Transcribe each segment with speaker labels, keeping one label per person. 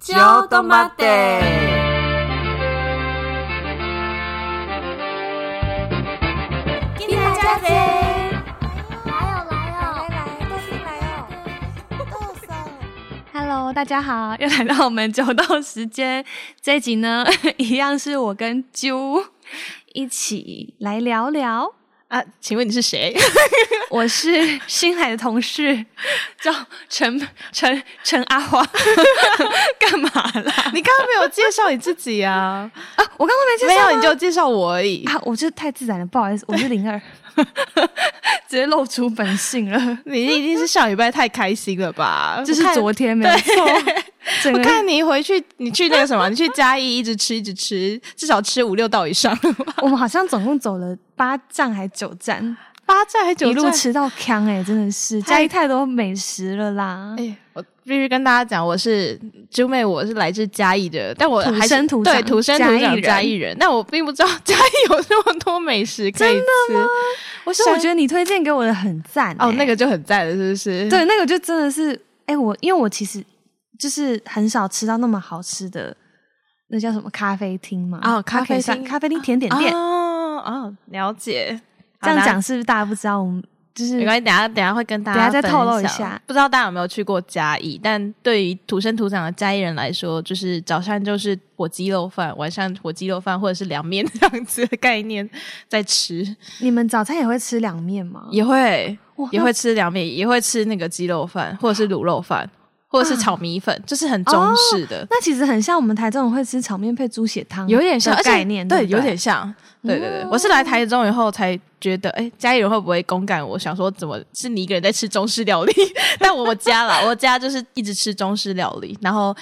Speaker 1: ちょっと待って
Speaker 2: 给大家贼，
Speaker 3: 来哦来哦，
Speaker 2: 来都是来哦，都是。
Speaker 1: Hello，大家好，又来到我们九豆时间。这一集呢， 一样是我跟啾一起来聊聊。
Speaker 4: 啊，请问你是谁？
Speaker 1: 我是新来的同事， 叫陈陈陈阿花，干嘛啦？
Speaker 4: 你刚刚没有介绍你自己啊？
Speaker 1: 啊，我刚刚没介
Speaker 4: 没
Speaker 1: 绍吗，
Speaker 4: 有，你就介绍我而已。
Speaker 1: 啊，我这太自然了，不好意思，我是零二，直接露出本性了。
Speaker 4: 你一定是上礼拜太开心了吧？
Speaker 1: 这是
Speaker 4: 我看
Speaker 1: 昨天没有错，整
Speaker 4: 我
Speaker 1: 个
Speaker 4: 看你回去，你去那 个什么，你去嘉义一直吃，一直吃，至少吃五六道以上了 吧？
Speaker 1: 我们好像总共走了八站还九站，
Speaker 4: 八站还九
Speaker 1: 一路
Speaker 4: 站。
Speaker 1: 吃到康哎、真的是
Speaker 4: 太
Speaker 1: 嘉义太多美食了啦。
Speaker 4: 哎、我必须跟大家讲，我是猪妹，我是来自嘉义的，但我还
Speaker 1: 土
Speaker 4: 是
Speaker 1: 生土长
Speaker 4: 对土生土
Speaker 1: 嘉义
Speaker 4: 长
Speaker 1: 人
Speaker 4: 嘉义人，但我并不知道 嘉义有那么多美食可以吃。
Speaker 1: 我所以我觉得你推荐给我的很赞、
Speaker 4: 哦，那
Speaker 1: 个
Speaker 4: 个就很赞了，是不是？
Speaker 1: 对，那个就真的是哎、我因为我其实就是很少吃到那么好吃的，那叫什么咖啡厅嘛？
Speaker 4: 哦咖
Speaker 1: 它可以
Speaker 4: 啡
Speaker 1: 算
Speaker 4: 厅
Speaker 1: 咖啡厅甜点店。
Speaker 4: 哦哦，了解。
Speaker 1: 这样
Speaker 4: 好
Speaker 1: 讲是不是大家不知道？我们就是
Speaker 4: 没关系，等一下等一下会跟大家
Speaker 1: 等一下再透露
Speaker 4: 分享
Speaker 1: 一下
Speaker 4: 不知道大家有没有去过嘉义？但对于土生土长的嘉义人来说，就是早上就是火鸡肉饭，晚上火鸡肉饭或者是凉面这样子的概念在吃，
Speaker 1: 你们早餐也会吃凉面吗？
Speaker 4: 也会
Speaker 1: 哇
Speaker 4: 也
Speaker 1: 那
Speaker 4: 会吃凉面，也会吃那个鸡肉饭或者是卤肉饭。或者是炒米粉，就是很中式的，
Speaker 1: 那其实很像我们台中人会吃炒面配猪血汤，
Speaker 4: 有点像而且
Speaker 1: 概念，
Speaker 4: 对，
Speaker 1: 不
Speaker 4: 有点像，哦对对对。我是来台中以后才觉得，哎，嘉义人会不会公干我？想说怎么是你一个人在吃中式料理？ 但我家 啦，我家就是一直吃中式料理，然后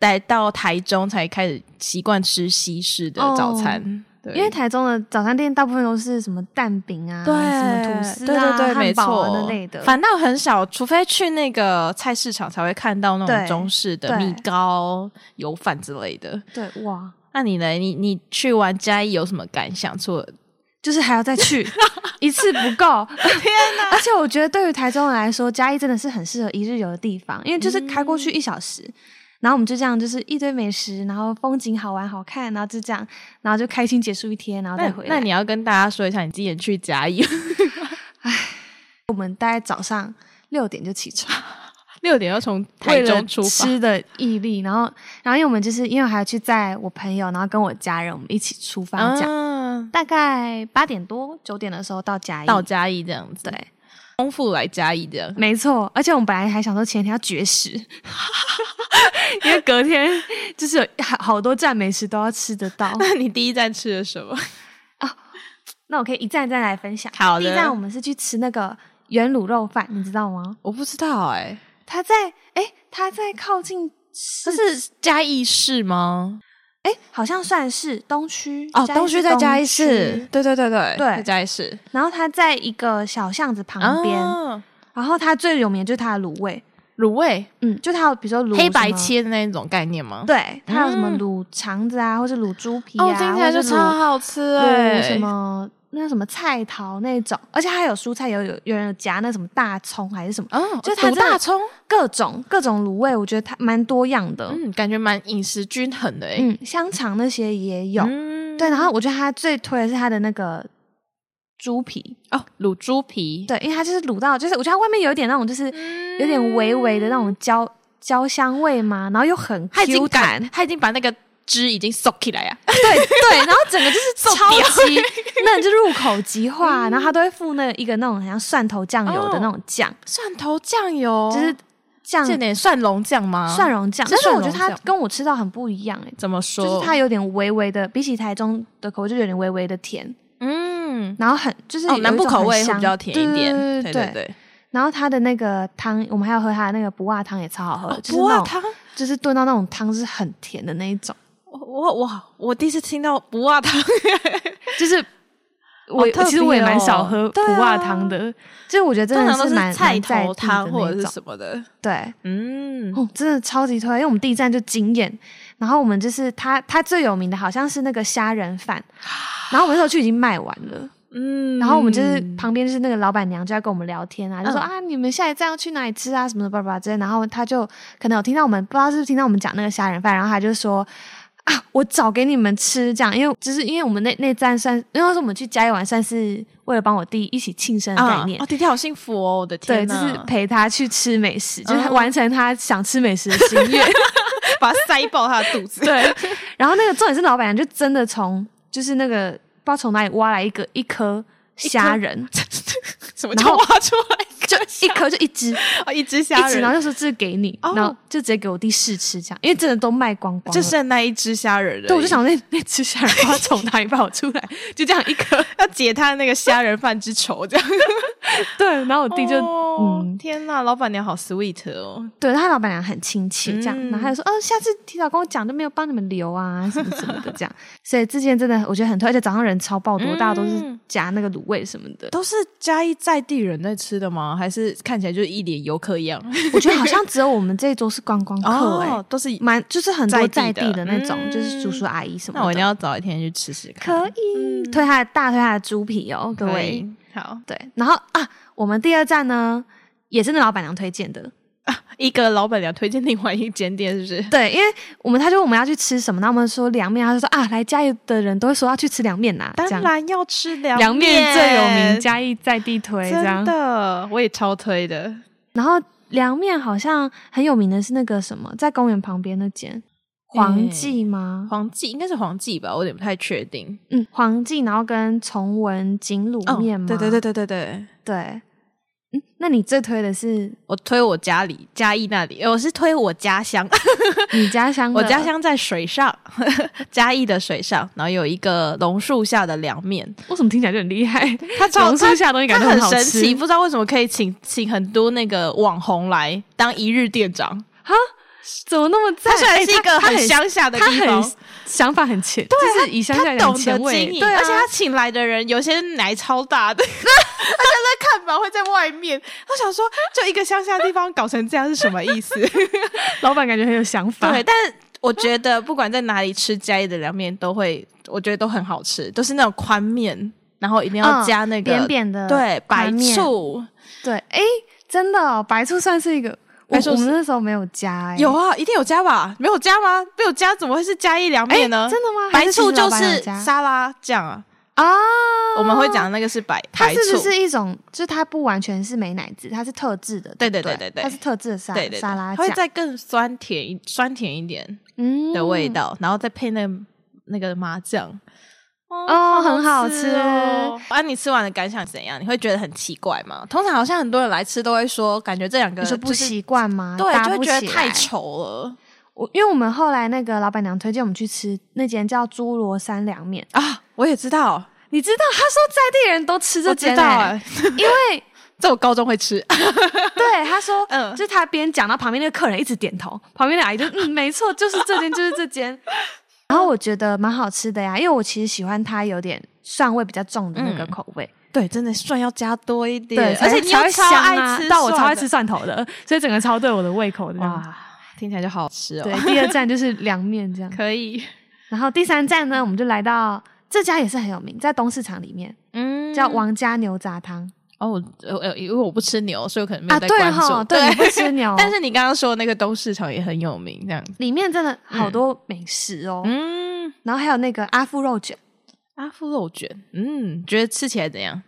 Speaker 4: 来到台中才开始习惯吃西式的早餐。对，
Speaker 1: 因为台中的早餐店大部分都是什么蛋饼啊，
Speaker 4: 对
Speaker 1: 什么吐司
Speaker 4: 对
Speaker 1: 啊、
Speaker 4: 对对，没
Speaker 1: 汉堡啊
Speaker 4: 错
Speaker 1: 那类的。
Speaker 4: 反倒很少，除非去那个菜市场才会看到那
Speaker 1: 对
Speaker 4: 种中式的
Speaker 1: 对
Speaker 4: 米糕、油饭之类的。
Speaker 1: 对，哇，
Speaker 4: 那你呢？你你去完嘉义有什么感想？除了
Speaker 1: 就是还要再 去一次不够， 天哪！而且我觉得对于台中人来说，嘉义真的是很适合一日游的地方，因为就是开过去一小时。然后我们就这样，就是一堆美食，然后风景好玩好看，然后就这样，然后就开心结束一天，然后再
Speaker 4: 那
Speaker 1: 回来。
Speaker 4: 那你要跟大家说一下，你今年去甲乙
Speaker 1: 我们大概早上六点就起床，
Speaker 4: 六点要从台
Speaker 1: 为了
Speaker 4: 中出发，
Speaker 1: 吃的毅力，然后然后因为我们就是因为还要去载我朋友，然后跟我家人我们一起出发这样，
Speaker 4: 嗯，
Speaker 1: 大概八点多九点的时候到嘉义。
Speaker 4: 到嘉义这样子，
Speaker 1: 对，
Speaker 4: 空腹来嘉义这样。
Speaker 1: 没错，而且我们本来还想说前一天要绝食， 因为隔天就是有好好多站美食都要吃得 到。
Speaker 4: 那 你第一站吃了什么？
Speaker 1: 那我可以一站一站来分享。
Speaker 4: 好的
Speaker 1: 第一站我们是去吃那个原卤肉饭，你知道吗？
Speaker 4: 我不知道哎、
Speaker 1: 它在诶，它在靠近
Speaker 4: 这
Speaker 1: 市
Speaker 4: 是嘉义市吗？
Speaker 1: 哎、好像算是东区
Speaker 4: 哦，
Speaker 1: 嘉义
Speaker 4: 东
Speaker 1: 市
Speaker 4: 区在嘉义市
Speaker 1: 区，
Speaker 4: 对对对对，
Speaker 1: 对
Speaker 4: 在嘉义市
Speaker 1: 然后它在一个小巷子旁边，
Speaker 4: 哦
Speaker 1: 然后它最有名的就是它的卤味，
Speaker 4: 卤味
Speaker 1: 嗯，就它有比如说卤
Speaker 4: 黑白
Speaker 1: 什么，
Speaker 4: 切的那种概念吗？
Speaker 1: 对，它有什么
Speaker 4: 嗯
Speaker 1: 卤肠子啊，或是卤猪皮啊，
Speaker 4: 哦，听起来
Speaker 1: 或
Speaker 4: 就是超
Speaker 1: 卤
Speaker 4: 好吃哎、
Speaker 1: 卤什么那叫什么菜桃那种，而且它有蔬菜，有有有人有夹那什么大葱还是什么，
Speaker 4: 哦，
Speaker 1: 就它真
Speaker 4: 卤
Speaker 1: 的
Speaker 4: 大葱，
Speaker 1: 各种各种卤味，我觉得它蛮多样的，
Speaker 4: 嗯，感觉蛮饮食均衡的哎、
Speaker 1: 嗯，香肠那些也有，
Speaker 4: 嗯
Speaker 1: 对，然后我觉得它最推的是它的那个猪皮，
Speaker 4: 哦，卤猪皮，
Speaker 1: 对，因为它就是卤到，就是我觉得它外面有一点那种，就是有点微微的那种焦焦香味嘛，然后又很
Speaker 4: 嗯他已经
Speaker 1: Q
Speaker 4: 感
Speaker 1: 弹，，
Speaker 4: 他已经把那个汁已经收起来啊呀、
Speaker 1: 对对，然后整个就是
Speaker 4: 受
Speaker 1: 超
Speaker 4: 不了嗯
Speaker 1: 级，那就入口即化，然后它都会附那一个那种很像蒜头酱油的那种酱，
Speaker 4: 蒜头酱油
Speaker 1: 就是酱
Speaker 4: 这点蒜蓉酱哦吗？
Speaker 1: 蒜蓉酱，
Speaker 4: 是
Speaker 1: 但是我觉得
Speaker 4: 蒜蓉
Speaker 1: 它
Speaker 4: 酱
Speaker 1: 跟我吃到很不一样、欸，
Speaker 4: 怎么说？
Speaker 1: 就是它有点微微的，比起台中的口味就有点微微的甜，
Speaker 4: 嗯，
Speaker 1: 然后很就是
Speaker 4: 哦，南
Speaker 1: 有一
Speaker 4: 部
Speaker 1: 种
Speaker 4: 口
Speaker 1: 很
Speaker 4: 味会
Speaker 1: 香
Speaker 4: 比较甜一点，
Speaker 1: 对对
Speaker 4: 对
Speaker 1: 对。
Speaker 4: 对。
Speaker 1: 然后它的那个汤，我们还有喝它的那个不辣汤也超好喝，就是
Speaker 4: 哦不
Speaker 1: 那
Speaker 4: 辣
Speaker 1: 种
Speaker 4: 汤，
Speaker 1: 就是炖到那种汤是很甜的那一种，
Speaker 4: 我我我我第一次听到不辣 汤，
Speaker 1: 就是。我、
Speaker 4: 特
Speaker 1: 其实我也
Speaker 4: 别
Speaker 1: 蛮
Speaker 4: 哦
Speaker 1: 少喝
Speaker 4: 对
Speaker 1: 不
Speaker 4: 啊
Speaker 1: 辣汤的，就是我觉得真
Speaker 4: 通
Speaker 1: 的
Speaker 4: 常都
Speaker 1: 蛮
Speaker 4: 菜
Speaker 1: 蛮在
Speaker 4: 头
Speaker 1: 地的
Speaker 4: 汤
Speaker 1: 那
Speaker 4: 或者
Speaker 1: 一
Speaker 4: 是
Speaker 1: 种
Speaker 4: 什么的。
Speaker 1: 对，
Speaker 4: 嗯，
Speaker 1: 哦，真的超级推，因为我们第一站就惊艳。然后我们就是它它最有名的好像是那个虾仁饭，然后我们那时候去已经卖完了，
Speaker 4: 嗯
Speaker 1: 然后我们就是旁边就是那个老板娘就在跟我们聊天啊，就说、
Speaker 4: 嗯
Speaker 1: 啊你们下一站要去哪里吃啊什么的叭叭叭之类的。然后他就可能有听到我们不知道是不是听到我们讲那个虾仁饭，然后他就说啊我找给你们吃这样，因为就是因为我们那那站算，因为是我们去嘉义玩算是为了帮我弟一起庆生的概念。
Speaker 4: 啊哦，弟弟好幸福哦，我的
Speaker 1: 对，
Speaker 4: 天
Speaker 1: 就
Speaker 4: 哪，
Speaker 1: 是陪他去吃美食，就是
Speaker 4: 嗯
Speaker 1: 完成他想吃美食的心 愿。
Speaker 4: 把它塞爆他的肚子。
Speaker 1: 对，然后那个重点是老板娘就真的从就是那个不知道从哪里挖来一个一颗虾仁，
Speaker 4: 什么
Speaker 1: 然
Speaker 4: 叫
Speaker 1: 后
Speaker 4: 挖出来
Speaker 1: 就一颗就一只
Speaker 4: 哦，一只虾
Speaker 1: 一只，
Speaker 4: 仁，
Speaker 1: 然后就说这是给你，
Speaker 4: 哦
Speaker 1: 然后就直接给我弟试吃这样，因为真的都卖光光了。
Speaker 4: 就剩那一只虾仁了。
Speaker 1: 对，我就想那那只虾仁不知道 从哪里爆出来，就这样一颗。
Speaker 4: 要解他那个虾仁饭之仇，这样。
Speaker 1: 对，然后我弟就、
Speaker 4: 哦
Speaker 1: 嗯，
Speaker 4: 天哪，老板娘好 sweet 哦。
Speaker 1: 对他老板娘很亲切这样，
Speaker 4: 嗯
Speaker 1: 然后他就说，哦，下次提早跟我讲就没有帮你们留啊，什么什么的这 样。所以之前真的我觉得很推，而且早上人超爆多，大家都是
Speaker 4: 嗯
Speaker 1: 夹那个卤味什么 的。
Speaker 4: 都是嘉义在地人在吃的吗？还是看起来就是一脸游客一样？
Speaker 1: 我觉得好像只有我们这一桌是观光客、欸，
Speaker 4: 哦，都是。
Speaker 1: 蛮就是很多在
Speaker 4: 在
Speaker 1: 地
Speaker 4: 地
Speaker 1: 的
Speaker 4: 的
Speaker 1: 那种，
Speaker 4: 嗯
Speaker 1: 就是叔叔阿姨什么的。
Speaker 4: 那我一定要早一天去吃吃看。嗯
Speaker 1: 可以、推他的大推他的猪皮哦，各
Speaker 4: 可
Speaker 1: 位
Speaker 4: 以。，好，
Speaker 1: 对，然后啊，我们第二站呢也是那老板娘推荐的，
Speaker 4: 一个老板娘推荐另外一间店，是不是？
Speaker 1: 对，因为我们他就问我们要去吃什么，那我们说凉面，他就说啊，来嘉义的人都会说要去吃凉面呐，这
Speaker 4: 当
Speaker 1: 样
Speaker 4: 然要吃凉
Speaker 1: 凉面最有名，嘉义在地推这样
Speaker 4: 真。的，我也超推的。
Speaker 1: 然后凉面好像很有名的是那个什么，在公园旁边那
Speaker 4: 嗯
Speaker 1: 间黄记吗？
Speaker 4: 黄记应该是黄记吧，我有点不太确定。哦
Speaker 1: 嗯，黄记，然后跟崇文锦卤面吗？
Speaker 4: 对对对对对对，
Speaker 1: 对。嗯，那你最推的是
Speaker 4: 我推我家里嘉义那里，呃我是推我家乡，
Speaker 1: 你家 乡的？
Speaker 4: 我家乡在水上， 嘉义的水上，然后有一个榕树下的凉面，
Speaker 1: 为什么听起来就很厉害？
Speaker 4: 它 超
Speaker 1: 榕树下的东西感觉
Speaker 4: 它
Speaker 1: 好
Speaker 4: 很
Speaker 1: 吃
Speaker 4: 神奇，不知道为什么可以请请很多那个网红来当一日店长。
Speaker 1: 怎么那么赞？
Speaker 4: 它虽然是一
Speaker 1: 哎
Speaker 4: 个
Speaker 1: 他
Speaker 4: 很乡下的
Speaker 1: 他
Speaker 4: 地
Speaker 1: 很他
Speaker 4: 方
Speaker 1: 很，想法很前，就是以乡下
Speaker 4: 他
Speaker 1: 人
Speaker 4: 懂
Speaker 1: 前
Speaker 4: 得
Speaker 1: 卫
Speaker 4: 经，营，
Speaker 1: 对啊，
Speaker 4: 而且他请来的人有些奶超大 的，而且在看板会在外面。我想说，就一个乡下地方搞成这样是什 么意思？
Speaker 1: 老板感觉很有想法。
Speaker 4: 对，，但我觉得不管在哪里吃嘉义的凉面，都会我觉得都很好吃，都是那种宽面，然后一定要
Speaker 1: 嗯
Speaker 4: 加那个、
Speaker 1: 扁扁的
Speaker 4: 对白
Speaker 1: 宽面
Speaker 4: 醋，
Speaker 1: 对，哎，真的哦，白醋算是一个，我
Speaker 4: 白醋
Speaker 1: 我们
Speaker 4: 是
Speaker 1: 那时候没有加，哎
Speaker 4: 有啊，一定有加吧？没有加吗？没有加怎么会是嘉义凉面呢？
Speaker 1: 哎真的吗还
Speaker 4: 白
Speaker 1: 是
Speaker 4: 醋
Speaker 1: 其实老
Speaker 4: 就
Speaker 1: 板有
Speaker 4: 是
Speaker 1: 加
Speaker 4: 沙拉酱啊，
Speaker 1: 啊，
Speaker 4: 我们会讲那个是白
Speaker 1: 它
Speaker 4: 白醋，
Speaker 1: 是不是一种，就是它不完全是美乃滋，它是特制的，
Speaker 4: 对
Speaker 1: 对
Speaker 4: 对
Speaker 1: 不
Speaker 4: 对对对
Speaker 1: 它是特制的沙
Speaker 4: 对对对
Speaker 1: 沙拉
Speaker 4: 它
Speaker 1: 酱
Speaker 4: 会再更酸甜一酸甜一点
Speaker 1: 嗯
Speaker 4: 的味道，然后再配那个那个麻酱。
Speaker 1: 哦很好吃
Speaker 4: 哦！啊，你吃完的感想怎样？你会觉得很奇怪吗？通常好像很多人来吃都会说，感觉这两个
Speaker 1: 你说不
Speaker 4: 就是
Speaker 1: 习惯吗？
Speaker 4: 对，
Speaker 1: 搭
Speaker 4: 就会
Speaker 1: 不
Speaker 4: 觉
Speaker 1: 起
Speaker 4: 得太
Speaker 1: 来。
Speaker 4: 稠了
Speaker 1: 我因为我们后来那个老板娘推荐我们去吃那间叫猪罗山凉面，
Speaker 4: 啊！我也知道，
Speaker 1: 你知道，她说在地人都吃这
Speaker 4: 我
Speaker 1: 间、
Speaker 4: 知道
Speaker 1: 欸，
Speaker 4: 哎、
Speaker 1: 因为
Speaker 4: 在我高中会 吃，
Speaker 1: 对她说，
Speaker 4: 嗯
Speaker 1: 就是她边讲，然后旁边那个客人一直点头，旁边的阿姨就嗯，没错，就是这间，就是这间。然后我觉得蛮好吃的呀，因为我其实喜欢它有点蒜味比较重的那个
Speaker 4: 嗯
Speaker 1: 口味。
Speaker 4: 对，真的蒜要加多一点，
Speaker 1: 对，
Speaker 4: 而且你
Speaker 1: 才
Speaker 4: 又
Speaker 1: 会
Speaker 4: 超
Speaker 1: 香
Speaker 4: 爱
Speaker 1: 啊
Speaker 4: 吃，
Speaker 1: 到我超爱吃，蒜头的，所以整个超对我的胃口的。哇，
Speaker 4: 哇，听起来就好好吃哦。
Speaker 1: 对，第二站就是凉面这样。
Speaker 4: 可以，
Speaker 1: 然后第三站呢，我们就来到这家也是很有名，在东市场里面
Speaker 4: 嗯
Speaker 1: 叫王家牛杂汤、
Speaker 4: 哦，我呃呃，因为我不吃牛，所以我可能没
Speaker 1: 啊，
Speaker 4: 有在
Speaker 1: 对
Speaker 4: 关注。，
Speaker 1: 哈，对，你不吃牛
Speaker 4: 但是你刚刚说的那个东市场也很有名，这样子。
Speaker 1: 里面真的好多美食哦。
Speaker 4: 嗯，
Speaker 1: 然后还有那个阿富肉卷，
Speaker 4: 阿芙肉卷，嗯，觉得吃起来怎样？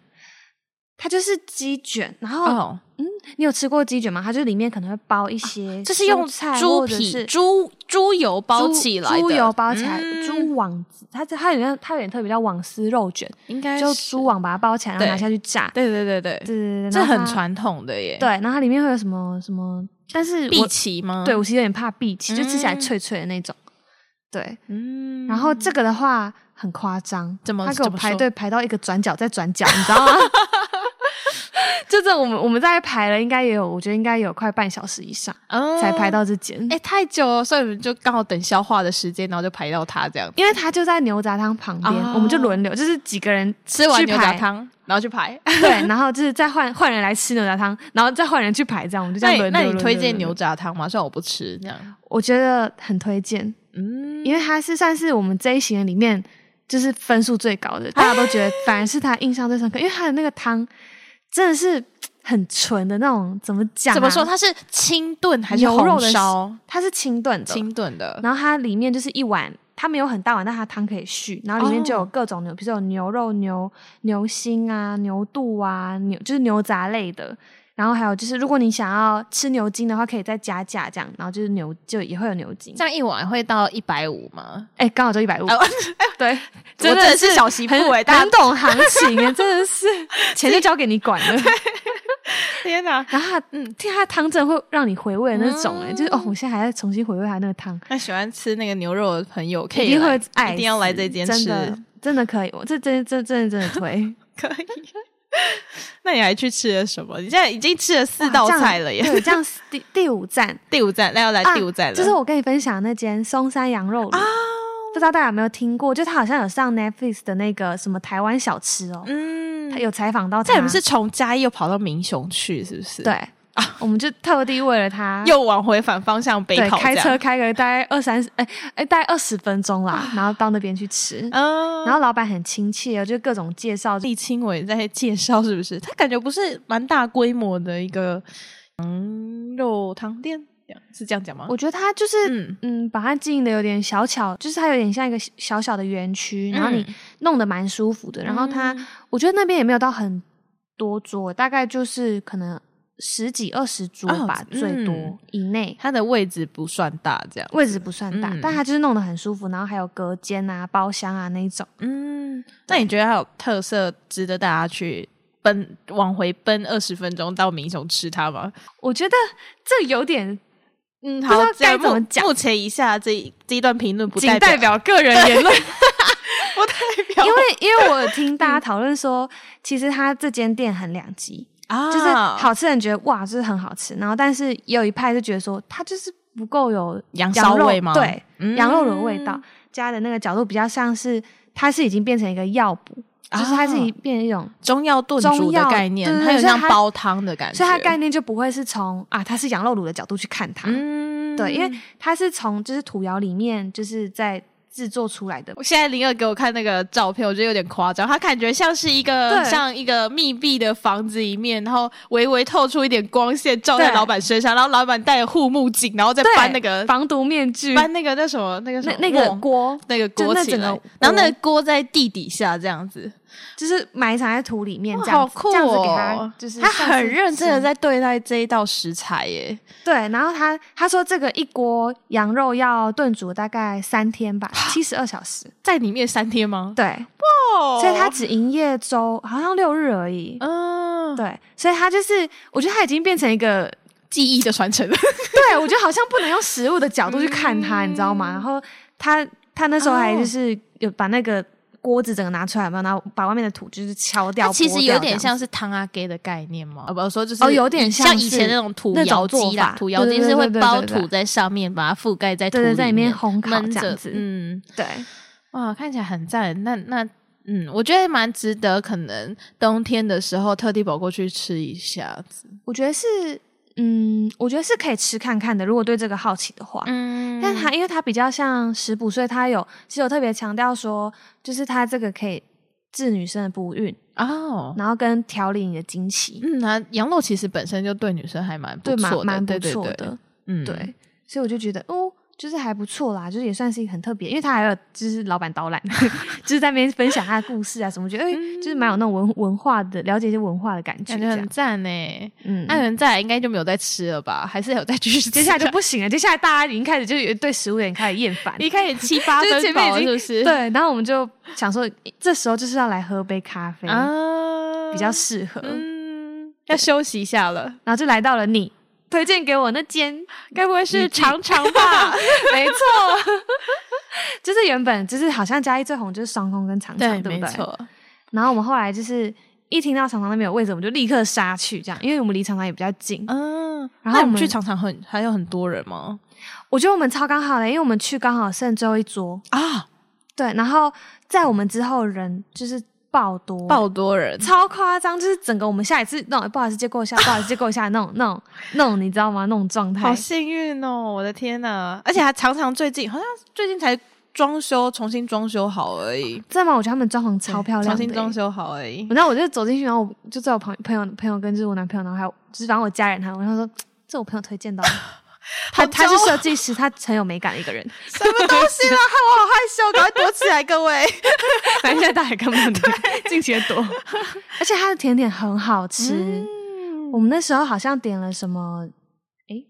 Speaker 1: 它就是鸡卷，然后、
Speaker 4: 哦，
Speaker 1: 嗯，你有吃过鸡卷吗？它就里面可能会包一些，
Speaker 4: 啊这是用
Speaker 1: 菜
Speaker 4: 猪
Speaker 1: 或者
Speaker 4: 皮、
Speaker 1: 是
Speaker 4: 猪猪油包
Speaker 1: 猪
Speaker 4: 起来的，
Speaker 1: 猪油包起来，
Speaker 4: 嗯
Speaker 1: 猪网子，它这它有点它有点特别叫网丝肉卷，
Speaker 4: 应该
Speaker 1: 就是猪，啊网把它包起来，然后
Speaker 4: 哎对
Speaker 1: 拿下去炸，
Speaker 4: 对对对对，
Speaker 1: 对对对，
Speaker 4: 这
Speaker 1: 然后它
Speaker 4: 很传统的耶。
Speaker 1: 对，，然后它里面会有什么什么，但是
Speaker 4: 碧
Speaker 1: 我
Speaker 4: 琪吗？
Speaker 1: 对我其实有点怕碧琪，就吃起来
Speaker 4: 嗯
Speaker 1: 脆脆的那种，对。
Speaker 4: 嗯，
Speaker 1: 然后这个的话很夸张，
Speaker 4: 怎么
Speaker 1: 他给我
Speaker 4: 怎么说
Speaker 1: 排队排到一个转角再转角，你知道吗？ 就是我们我们大概排了，应该也有，我觉得应该有快半小时以上
Speaker 4: 嗯
Speaker 1: 才排到这间，
Speaker 4: 哎、太久了，所以我们就刚好等消化的时间，然后就排到它这样子。
Speaker 1: 因为它就在牛杂汤旁边，我们就
Speaker 4: 哦
Speaker 1: 轮流，就是几个 人
Speaker 4: 吃完
Speaker 1: 去
Speaker 4: 牛杂
Speaker 1: 排，
Speaker 4: 汤，然后去排。
Speaker 1: 对，然后就是再换换人来吃牛杂汤，然后再换人去排，这样我们就这
Speaker 4: 那
Speaker 1: 样
Speaker 4: 你
Speaker 1: 轮流。
Speaker 4: 那你
Speaker 1: 轮流
Speaker 4: 推
Speaker 1: 轮
Speaker 4: 荐
Speaker 1: 流
Speaker 4: 牛杂汤吗？虽然我不吃，这样。
Speaker 1: 我觉得很推荐，
Speaker 4: 嗯，
Speaker 1: 因为它是算是我们这一行人里面就是分数最高的，大家都觉
Speaker 4: 啊
Speaker 1: 得反而是他印象最深刻，因为他的那个汤真的是很纯的那种，怎么讲啊、
Speaker 4: 怎么说？它是清炖还是
Speaker 1: 牛肉
Speaker 4: 红
Speaker 1: 的
Speaker 4: 烧？
Speaker 1: 它是清炖的，
Speaker 4: 清炖的，
Speaker 1: 然后它里面就是一碗，它没有很大碗，但它汤可以续，然后里面就有
Speaker 4: 哦
Speaker 1: 各种牛，比如说有牛肉、牛牛心啊、牛肚啊、牛就是牛杂类的。然后还有就是，如果你想要吃牛筋的话，可以再加价这样，然后就是牛就也会有牛筋，
Speaker 4: 这样一碗会到一百五吗？
Speaker 1: 哎，刚好就一百五，对，
Speaker 4: 哦哎真的是小媳妇
Speaker 1: 很
Speaker 4: 哎，大
Speaker 1: 很
Speaker 4: 家
Speaker 1: 懂行情哎，真的是钱就交给你管了。
Speaker 4: 天哪！
Speaker 1: 然后它嗯，听它的汤真的会让你回味的那种哎，
Speaker 4: 嗯
Speaker 1: 就是哦，我现在还在重新回味它那个汤，
Speaker 4: 那喜欢吃那个牛肉的朋友，可
Speaker 1: 一
Speaker 4: 以
Speaker 1: 定
Speaker 4: 来
Speaker 1: 会爱死，
Speaker 4: 一定要来这间
Speaker 1: 真
Speaker 4: 吃，
Speaker 1: 的真的可以，我这真真真的真的推
Speaker 4: 可以。 那你还去吃了什么？你现在已经吃了四
Speaker 1: 哇
Speaker 4: 道
Speaker 1: 这样
Speaker 4: 菜了耶！
Speaker 1: 对，这样是第第五站，
Speaker 4: 第五站，那要来
Speaker 1: 啊
Speaker 4: 第五站了，哦
Speaker 1: 就是我跟你分享那间松山羊肉炉，不知道大家有没有听过？就他好像有上 Netflix 的那个什么台湾小吃哦，
Speaker 4: 嗯
Speaker 1: 他，有采访到他，
Speaker 4: 这你们是从嘉义又跑到民雄去，是不是？，
Speaker 1: 啊对，啊我们就特地为了 他
Speaker 4: 又往回反方向北
Speaker 1: 对
Speaker 4: 跑，
Speaker 1: 开车，开个大概二三十，哎哎，大概二十分钟啦，然后到那边去吃。
Speaker 4: 啊嗯，
Speaker 1: 然后老板很亲切哦，就各种介绍，
Speaker 4: 立青伟在介绍，是不是？他感觉不是蛮大规模的一个羊肉汤店，这样是这样讲吗？
Speaker 1: 我觉得他就是
Speaker 4: 嗯
Speaker 1: 嗯，把它经营的有点小巧，就是它有点像一个小小小的园区，然后你
Speaker 4: 嗯
Speaker 1: 弄得蛮舒服的。然后它，
Speaker 4: 嗯
Speaker 1: 我觉得那边也没有到很多桌，大概就是可能十几二十桌
Speaker 4: 哦
Speaker 1: 吧，
Speaker 4: 嗯
Speaker 1: 最多以内，
Speaker 4: 他的位置不算大，这样，
Speaker 1: 位置不算大，
Speaker 4: 嗯
Speaker 1: 但它就是弄得很舒服，然后还有隔间啊、包厢啊那一种。
Speaker 4: 嗯，那你觉得它有特色，值得大家去奔往回奔二十分钟到民雄吃它吗？
Speaker 1: 我觉得这有点
Speaker 4: 嗯，
Speaker 1: 不知道
Speaker 4: 这样
Speaker 1: 该怎么
Speaker 4: 目
Speaker 1: 讲
Speaker 4: 目前一下这一这一段评论不
Speaker 1: 仅代
Speaker 4: 代
Speaker 1: 表个人言论，
Speaker 4: 不代 表，
Speaker 1: 因为因为我有听大
Speaker 4: 嗯
Speaker 1: 家讨论说，其实它这间店很两极，
Speaker 4: 啊，
Speaker 1: 就是好吃的人觉得哇，就是很好吃，然后但是也有一派就觉得说它就是不够有
Speaker 4: 羊骚
Speaker 1: 肉
Speaker 4: 味吗
Speaker 1: 对，
Speaker 4: 嗯
Speaker 1: 羊肉的味道，加的那个角度比较像是它是已经变成一个药补，就是它是
Speaker 4: 啊
Speaker 1: 已变成一种，
Speaker 4: 中药炖煮
Speaker 1: 中
Speaker 4: 的
Speaker 1: 药
Speaker 4: 概念，
Speaker 1: 对对
Speaker 4: 它有
Speaker 1: 所以
Speaker 4: 像
Speaker 1: 它
Speaker 4: 煲汤的感觉，
Speaker 1: 所以它概念就不会是从啊它是羊肉卤的角度去看它，
Speaker 4: 嗯
Speaker 1: 对，因为它是从就是土窑里面就是在制作出来的。
Speaker 4: 我现在灵儿给我看那个照片，我觉得有点夸张，它感觉像是一个
Speaker 1: 对
Speaker 4: 像一个密闭的房子里面，然后微微透出一点光线照在
Speaker 1: 对
Speaker 4: 老板身上，然后老板戴着护目镜，然后再
Speaker 1: 对
Speaker 4: 搬那个
Speaker 1: 防毒面具，
Speaker 4: 搬那个那什么那个什
Speaker 1: 那
Speaker 4: 么
Speaker 1: 那个
Speaker 4: 瓮
Speaker 1: 锅
Speaker 4: 那个
Speaker 1: 就
Speaker 4: 锅
Speaker 1: 那
Speaker 4: 起
Speaker 1: 整个
Speaker 4: 来，然后那
Speaker 1: 锅
Speaker 4: 个锅在地底下这样子，
Speaker 1: 就是埋藏在土里面
Speaker 4: 哇
Speaker 1: 这
Speaker 4: 好
Speaker 1: 样子，
Speaker 4: 酷
Speaker 1: 这样子给
Speaker 4: 哦
Speaker 1: 它！就是
Speaker 4: 他
Speaker 1: 算是
Speaker 4: 很认真的
Speaker 1: 生
Speaker 4: 在对待这一道食材耶，
Speaker 1: 对，然后他他说这个一锅羊肉要炖煮大概三天吧，七十二小时。
Speaker 4: 在里面三天吗？
Speaker 1: 对，
Speaker 4: 哦
Speaker 1: 所以他只营业周好像六日而已。
Speaker 4: 嗯，
Speaker 1: 对，所以他就是，我觉得他已经变成一个，
Speaker 4: 记忆的传承。
Speaker 1: 对我觉得好像不能用食物的角度去看他，你知道吗？然后他他那时候还
Speaker 4: 嗯哦
Speaker 1: 就是有把那个锅子整个拿出来嘛，然后把外面的土就是敲掉，
Speaker 4: 它其实
Speaker 1: 剥
Speaker 4: 有
Speaker 1: 掉
Speaker 4: 点
Speaker 1: 这样
Speaker 4: 像
Speaker 1: 子
Speaker 4: 是汤阿给的概念吗？啊，不，我说就是
Speaker 1: 哦有点
Speaker 4: 像
Speaker 1: 像
Speaker 4: 以前
Speaker 1: 是
Speaker 4: 那种土
Speaker 1: 那种
Speaker 4: 窑
Speaker 1: 做
Speaker 4: 机啦
Speaker 1: 法，
Speaker 4: 土窑
Speaker 1: 对
Speaker 4: 机
Speaker 1: 对
Speaker 4: 是
Speaker 1: 对
Speaker 4: 会
Speaker 1: 对对
Speaker 4: 包
Speaker 1: 对对
Speaker 4: 土在上面，把它覆盖在土
Speaker 1: 对对在
Speaker 4: 里
Speaker 1: 里面
Speaker 4: 面
Speaker 1: 烘烤
Speaker 4: 焖
Speaker 1: 这样
Speaker 4: 着
Speaker 1: 子
Speaker 4: 嗯，
Speaker 1: 对
Speaker 4: 哇，看起来很赞。那那嗯，我觉得蛮值得，可能冬天的时候特地跑过去吃一下子。
Speaker 1: 我觉得是，嗯，我觉得是可以吃看看的，如果对这个好奇的话，
Speaker 4: 嗯
Speaker 1: 但它因为它比较像食补，所以它有其实有特别强调说，就是它这个可以治女生的不孕，
Speaker 4: 哦。
Speaker 1: 然后跟调理你的经期，
Speaker 4: 嗯，那羊肉其实本身就对女生还蛮不
Speaker 1: 对，蛮
Speaker 4: 错的，
Speaker 1: 蛮不
Speaker 4: 对对
Speaker 1: 错的，
Speaker 4: 对嗯，
Speaker 1: 对所以我就觉得哦。就是还不错啦，就是也算是一个很特别，因为他还有就是老板导览， 就是在那边分享他的故事啊什么，觉得哎、就是蛮有那种文文化的，了解一些文化的感觉
Speaker 4: 嗯
Speaker 1: 这
Speaker 4: 感觉
Speaker 1: 样。
Speaker 4: 很哎赞呢。
Speaker 1: 嗯，
Speaker 4: 那人再来应该就没有再吃了吧？还是有再继续吃？啊
Speaker 1: 接下来就不行了，接下来大家已经开始就是有对食物有点开始厌烦，
Speaker 4: 一开始七八
Speaker 1: 就是
Speaker 4: 分
Speaker 1: 前面
Speaker 4: 饱
Speaker 1: 已
Speaker 4: 了，
Speaker 1: 经
Speaker 4: 是不是？
Speaker 1: 对，然后我们就想说，这时候就是要来喝杯咖啡，
Speaker 4: 啊，
Speaker 1: 比较适合。
Speaker 4: 嗯，要休息一下了。
Speaker 1: 然后就来到了你推荐给我那间，
Speaker 4: 该不会 是常常 吧？
Speaker 1: 没错， 就是原本就是好像嘉义最红就是双空跟长长，对
Speaker 4: 没
Speaker 1: 不对？
Speaker 4: 错。
Speaker 1: 然后我们后来就是一听到长长那边有位置，我们就立刻杀去，这样，因为我们离长长也比较近。
Speaker 4: 嗯，
Speaker 1: 然后我
Speaker 4: 那你们
Speaker 1: 们
Speaker 4: 去常常很还有很多人吗？
Speaker 1: 我觉得我们超刚好的，因为我们去刚好剩最后一桌，
Speaker 4: 啊，
Speaker 1: 对，然后在我们之后人就是爆多，
Speaker 4: 爆多人，
Speaker 1: 超夸张，就是整个我们下一次那种不好意思借过一下，不好意思借过一下那种那种那种，你知道吗？那种状态
Speaker 4: 好。幸运哦！我的天哪！而且还常常最近好像最近才装修重新装修好而已，
Speaker 1: 真的吗？我觉得他们装潢超漂亮，
Speaker 4: 重新装。修好而已
Speaker 1: 我。知道，我就走进去，然后我就在我朋朋友朋友跟就是我男朋友，然后还有就是反正我家人他们，然后说这我朋友推荐的哦，他他是设计师，他很有美感的一个人，
Speaker 4: 什么东 西啦？害 我好害羞，赶快躲起来，各位。
Speaker 1: 反正现在大家也看不 到你，尽情地躲。 而且它的甜点很好吃，
Speaker 4: 嗯
Speaker 1: 我们那时候好像点了什么，诶，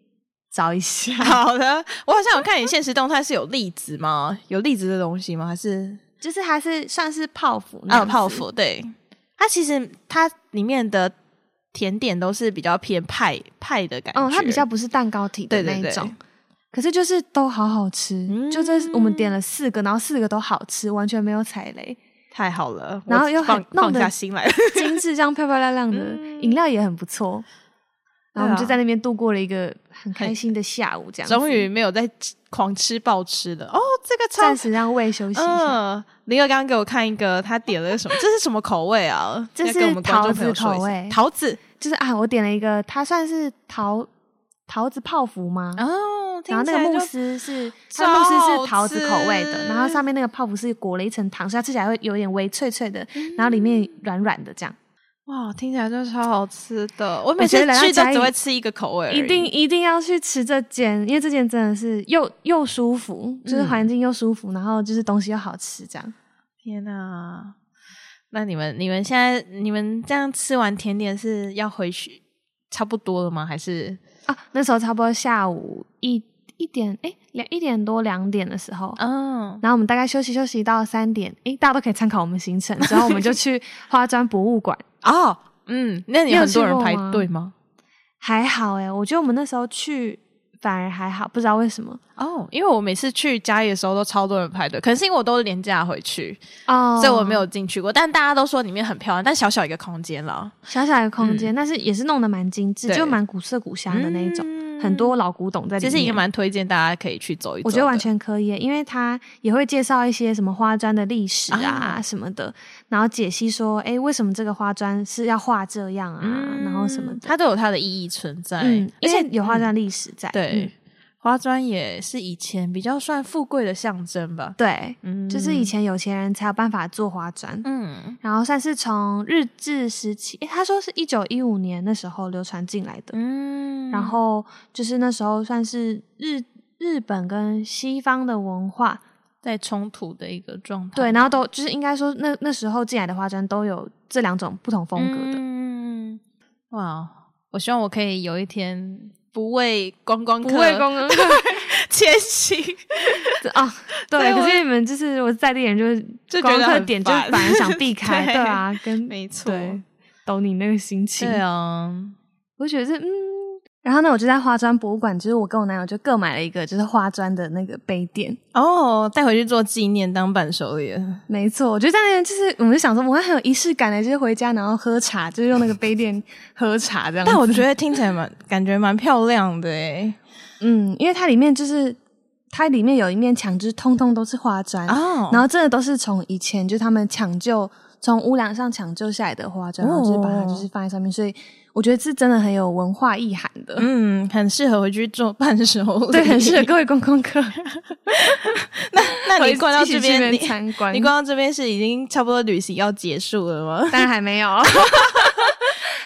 Speaker 1: 找一下，
Speaker 4: 好的，我好像有看你现实动态是有栗子吗？有栗子的东西吗？还是
Speaker 1: 就是还是算是泡芙那
Speaker 4: 啊，有
Speaker 1: 样子
Speaker 4: 泡，芙？对，它其实它里面的甜点都是比较偏派派的感觉，
Speaker 1: 嗯，它比较不是蛋糕体的
Speaker 4: 对
Speaker 1: 那
Speaker 4: 对
Speaker 1: 一
Speaker 4: 对
Speaker 1: 种。可是就是都好好吃，就这我们
Speaker 4: 嗯
Speaker 1: 点了四个，然后四个都好吃，完全没有踩雷，
Speaker 4: 太好了，
Speaker 1: 然后
Speaker 4: 我
Speaker 1: 又很
Speaker 4: 放放
Speaker 1: 弄得
Speaker 4: 下心来了。
Speaker 1: 精致这样漂漂亮亮 的，饮料也很不错。然后我们
Speaker 4: 嗯对啊
Speaker 1: 就在那边度过了一个很开心的下午，这样子
Speaker 4: 终于没有在吃狂吃暴吃了哦，这个超
Speaker 1: 暂时让胃休息一下。
Speaker 4: 嗯，林儿刚刚给我看一个，他点 了什么？这是什么口味啊？
Speaker 1: 这
Speaker 4: 要跟我们
Speaker 1: 是
Speaker 4: 观众
Speaker 1: 桃
Speaker 4: 朋友
Speaker 1: 子
Speaker 4: 说一
Speaker 1: 口
Speaker 4: 下
Speaker 1: 味
Speaker 4: 桃子
Speaker 1: 就是啊，我点了一个，它算是桃桃子泡芙吗？
Speaker 4: 哦，
Speaker 1: 然后那个
Speaker 4: 听起来就
Speaker 1: 慕斯是，
Speaker 4: 超
Speaker 1: 它慕斯
Speaker 4: 好
Speaker 1: 是桃子口味的，
Speaker 4: 吃
Speaker 1: 然后上面那个泡芙是裹了一层糖，所以它吃起来会有点微脆脆的，
Speaker 4: 嗯
Speaker 1: 然后里面软软的这样。
Speaker 4: 哇，听起来就超好吃的。我
Speaker 1: 我
Speaker 4: 每次
Speaker 1: 觉得来到
Speaker 4: 去都
Speaker 1: 嘉义
Speaker 4: 只会吃一个口味而已，
Speaker 1: 一定一定要去吃这间，因为这间真的是又又舒服，就是
Speaker 4: 嗯
Speaker 1: 环境又舒服，然后就是东西又好吃，这样。
Speaker 4: 天哪、那你们你们现在你们这样吃完甜点是要回去差不多了吗？还是
Speaker 1: 啊，那时候差不多下午一一点，哎、两一点多两点的时候，
Speaker 4: 嗯
Speaker 1: 然后我们大概休息休息到三点，诶，大家都可以参考我们行程。之后我们就 去花砖博物馆，
Speaker 4: 哦嗯，那你
Speaker 1: 你有
Speaker 4: 很多
Speaker 1: 去
Speaker 4: 人
Speaker 1: 过
Speaker 4: 排
Speaker 1: 吗
Speaker 4: 队吗？
Speaker 1: 还好诶，我觉得我们那时候去反而还好，不知道为什么
Speaker 4: 哦，因为我每次去家里的时候都超多人排队，可能是因为我都是廉价回去，
Speaker 1: 哦
Speaker 4: 所以我没有进去过。但大家都说里面很漂亮，但小小一个空间啦，
Speaker 1: 小小的空间，但是也是弄得蛮精致，
Speaker 4: 对
Speaker 1: 就蛮古色古香的那一种，
Speaker 4: 嗯
Speaker 1: 很多老古董在里
Speaker 4: 其
Speaker 1: 面。
Speaker 4: 实也蛮推荐大家可以去走一走的。
Speaker 1: 我觉得完全可以耶，因为他也会介绍一些什么花砖的历史啊什么的，然后解析说，哎，为什么这个花砖是要画这样啊，然后什么
Speaker 4: 嗯
Speaker 1: 的，
Speaker 4: 它都有它的意义存在，
Speaker 1: 嗯，而
Speaker 4: 而且
Speaker 1: 且有花砖历史在，
Speaker 4: 对、
Speaker 1: 嗯
Speaker 4: 花砖也是以前比较算富贵的象征吧。
Speaker 1: 对，
Speaker 4: 嗯
Speaker 1: 就是以前有钱人才有办法做花砖，
Speaker 4: 嗯
Speaker 1: 然后算是从日治时期，诶他说是一九一五年那时候流传进来的，
Speaker 4: 嗯
Speaker 1: 然后就是那时候算是日日本跟西方的文化
Speaker 4: 在冲突的一个状态，
Speaker 1: 对，然后都就是应该说那那时候进来的花砖都有这两种不同风格的，
Speaker 4: 嗯，哇！我希望我可以有一天不为观光客
Speaker 1: 功能
Speaker 4: 前行，
Speaker 1: 啊，
Speaker 4: 所以
Speaker 1: 哦对，
Speaker 4: 我
Speaker 1: 可是你们就是我在地人就是
Speaker 4: 就觉
Speaker 1: 观
Speaker 4: 得
Speaker 1: 光客
Speaker 4: 很
Speaker 1: 点就
Speaker 4: 烦
Speaker 1: 反而想避开，
Speaker 4: 对
Speaker 1: 对啊，跟
Speaker 4: 没错
Speaker 1: 对懂你那个心情，
Speaker 4: 对啊，
Speaker 1: 我就觉得是嗯。然后呢，我就在花砖博物馆，就是我跟我男友就各买了一个就是花砖的那个杯垫。
Speaker 4: 哦，带回去做纪念当伴手礼，
Speaker 1: 没错，我觉得在那边就是，我们就想说，我会很有仪式感的，就是回家然后喝茶，就是用那个杯垫喝茶这样子。
Speaker 4: 但我觉得听起来蛮感觉蛮漂亮的欸诶
Speaker 1: 嗯，因为它里面就是它里面有一面墙，就是通通都是花砖，
Speaker 4: 哦
Speaker 1: 然后真的都是从以前就是他们抢救从屋梁上抢救下来的花砖，然后就是把它
Speaker 4: 哦
Speaker 1: 就是放在上面，所以我觉得是真的很有文化意涵的。
Speaker 4: 嗯，很适合回去做伴手礼，
Speaker 1: 对，很适 合。各位观光客。
Speaker 4: 那你
Speaker 1: 回
Speaker 4: 逛到
Speaker 1: 一起
Speaker 4: 这
Speaker 1: 去
Speaker 4: 边，
Speaker 1: 那边
Speaker 4: 你
Speaker 1: 参观
Speaker 4: 你逛到这边是已经差不多旅行要结束了吗？
Speaker 1: 当然还没有。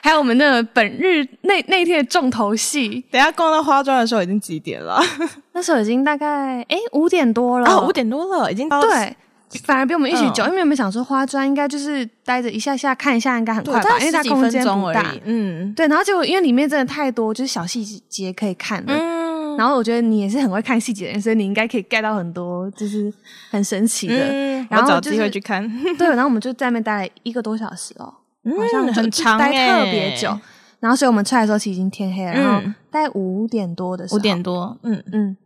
Speaker 1: 还有我们的本日那那天的重头戏，
Speaker 4: 等一下逛到花砖的时候已经几点 了？
Speaker 1: 那时候已经大概哎哦五点多了，
Speaker 4: 啊，五点多了，已经到
Speaker 1: 对。反而比我们预期久，
Speaker 4: 嗯
Speaker 1: 因为我们想说花砖应该就是待着一下下看一下，应该很
Speaker 4: 对，
Speaker 1: 快
Speaker 4: 大
Speaker 1: 吧，
Speaker 4: 概
Speaker 1: 因为它
Speaker 4: 十几分
Speaker 1: 空间
Speaker 4: 钟
Speaker 1: 不
Speaker 4: 而
Speaker 1: 大
Speaker 4: 已。。嗯
Speaker 1: 对，然后结果因为里面真的太多，就是小细节可以看了。
Speaker 4: 嗯，
Speaker 1: 然后我觉得你也是很会看细节的人，所以你应该可以 get 到很多就是很神奇的。
Speaker 4: 嗯
Speaker 1: 然
Speaker 4: 我
Speaker 1: 后
Speaker 4: 找
Speaker 1: 就
Speaker 4: 机会
Speaker 1: 是
Speaker 4: 去 看，嗯
Speaker 1: 对，然后我们就在那边待了一个多小时哦，好像就
Speaker 4: 很
Speaker 1: 就
Speaker 4: 长
Speaker 1: 待
Speaker 4: 欸
Speaker 1: 特别久。然后所以我们出来的时候其实已经天黑了，然后
Speaker 4: 嗯
Speaker 1: 大概五点多的时候，
Speaker 4: 五点，多，嗯，
Speaker 1: 嗯，